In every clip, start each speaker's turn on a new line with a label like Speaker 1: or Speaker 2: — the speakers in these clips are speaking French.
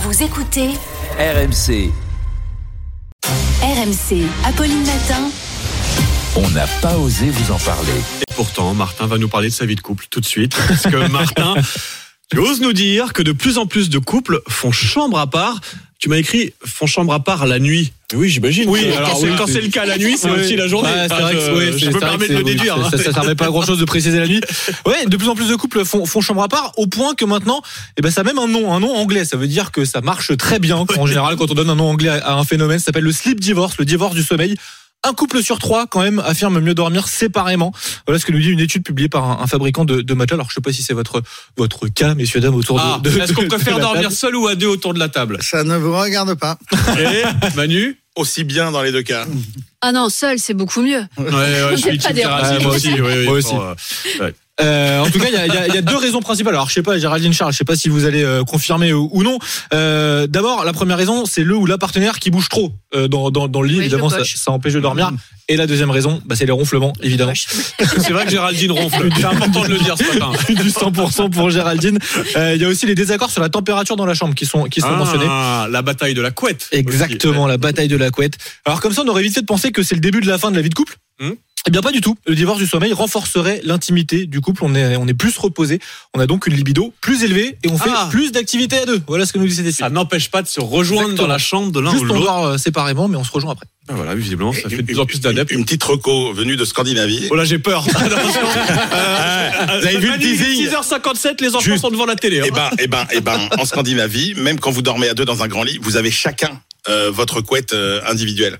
Speaker 1: Vous écoutez
Speaker 2: RMC,
Speaker 1: RMC. Apolline Matin.
Speaker 2: on n'a pas osé vous en parler.
Speaker 3: Pourtant, Martin va nous parler de sa vie de couple tout de suite. Parce que Martin, tu oses nous dire que de plus en plus de couples font chambre à part. Tu m'as écrit font chambre à part la nuit.
Speaker 4: Oui, j'imagine.
Speaker 3: Oui, alors c'est- quand c'est le cas la nuit, c'est
Speaker 4: Oui.
Speaker 3: aussi la journée.
Speaker 4: Ouais, c'est
Speaker 3: Enfin,
Speaker 4: vrai que-
Speaker 3: je,
Speaker 4: oui, c'est-
Speaker 3: je
Speaker 4: c'est
Speaker 3: peux me
Speaker 4: vrai que
Speaker 3: permettre de le
Speaker 4: c'est-
Speaker 3: déduire.
Speaker 4: oui,
Speaker 3: hein.
Speaker 4: Ça, ça servait pas à grand chose de préciser la nuit. Ouais, de plus en plus de couples font, font chambre à part au point que maintenant, eh ben, ça a même un nom, un nom anglais. Ça veut dire que ça marche très bien. En général, quand on donne un nom anglais à à un phénomène, ça s'appelle le sleep divorce, le divorce du sommeil. Un couple sur trois, quand même, affirme mieux dormir séparément. Voilà ce que nous dit une étude publiée par un, un fabricant de, de matelas. Alors, je sais pas si c'est votre, votre cas, messieurs, dames, autour de-
Speaker 3: Ah,
Speaker 4: de.
Speaker 3: Est-ce qu'on
Speaker 4: de- de
Speaker 3: préfère
Speaker 4: la
Speaker 3: dormir
Speaker 4: table.
Speaker 3: seul ou à deux autour de la table
Speaker 5: Ça ne vous regarde pas.
Speaker 3: Et Manu
Speaker 6: aussi bien dans les deux cas.
Speaker 7: Ah non, seul, c'est beaucoup mieux.
Speaker 3: Ouais, ouais, je
Speaker 7: Vous
Speaker 3: suis
Speaker 7: êtes pas
Speaker 3: Team
Speaker 7: des
Speaker 3: Terrassi,
Speaker 4: rois.
Speaker 3: moi aussi. oui, oui,
Speaker 4: Moi aussi.
Speaker 3: bon, euh,
Speaker 4: Euh, en tout cas, il y a, il y a- il y a deux raisons principales. Alors, je sais pas, Géraldine Charles, je sais pas si vous allez euh, confirmer ou, ou non. Euh, D'abord, la première raison, c'est le ou la partenaire qui bouge trop euh, dans, dans, dans le lit.
Speaker 7: Oui, je Mm.
Speaker 4: évidemment, ça,
Speaker 7: coche.
Speaker 4: ça empêche de dormir. Et la deuxième raison, bah, c'est les ronflements, évidemment.
Speaker 3: C'est vrai que Géraldine ronfle. C'est important de le dire ce matin.
Speaker 4: Plus du 100% pour Géraldine. Euh, Il y a aussi les désaccords sur la température dans la chambre qui sont, qui sont mentionnés.
Speaker 3: Ah, la bataille de la couette. aussi.
Speaker 4: Exactement, la bataille de la couette. Alors comme ça, on aurait évité de penser que c'est le début de la fin de la vie de couple.
Speaker 3: Hmm.
Speaker 4: Eh bien pas du tout. Le divorce du sommeil renforcerait l'intimité du couple. On est, on est plus reposé. On a donc une libido plus élevée et on fait
Speaker 3: Ah.
Speaker 4: plus d'activités à deux. Voilà ce que nous dit cette étude.
Speaker 3: Ça n'empêche pas de se rejoindre dans
Speaker 4: Exactement.
Speaker 3: la chambre de l'un ou
Speaker 4: Juste
Speaker 3: de
Speaker 4: on
Speaker 3: l'autre.
Speaker 4: dort euh, séparément, mais on se rejoint après.
Speaker 3: Ah, Voilà, visiblement, ça fait de plus en plus
Speaker 6: Une
Speaker 3: d'adeptes.
Speaker 6: une petite reco venue de Scandinavie.
Speaker 3: Oh là, j'ai peur. Euh, Attention.
Speaker 4: Ah,
Speaker 6: Vous avez vu le teasing
Speaker 3: 6h57, les enfants
Speaker 6: Juste.
Speaker 3: sont devant la télé. hein.
Speaker 6: Eh ben, eh ben, eh ben, en Scandinavie, même quand vous dormez à deux dans un grand lit, vous avez chacun euh, votre couette euh, individuelle.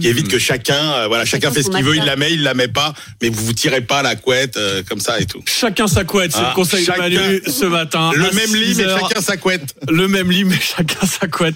Speaker 6: Qui évite que chacun, euh, voilà, chacun
Speaker 7: Chacun
Speaker 6: fait ce
Speaker 7: son
Speaker 6: qu'il veut, il
Speaker 7: matelas.
Speaker 6: la met, il la met pas, mais vous vous tirez pas la couette euh, comme ça et tout.
Speaker 3: Chacun sa couette, c'est
Speaker 6: Ah,
Speaker 3: le conseil
Speaker 6: chacun.
Speaker 3: de Manu ce matin.
Speaker 6: Le
Speaker 3: à
Speaker 6: même lit, mais
Speaker 3: 6h.
Speaker 6: chacun sa couette.
Speaker 3: Le même lit, mais chacun sa couette.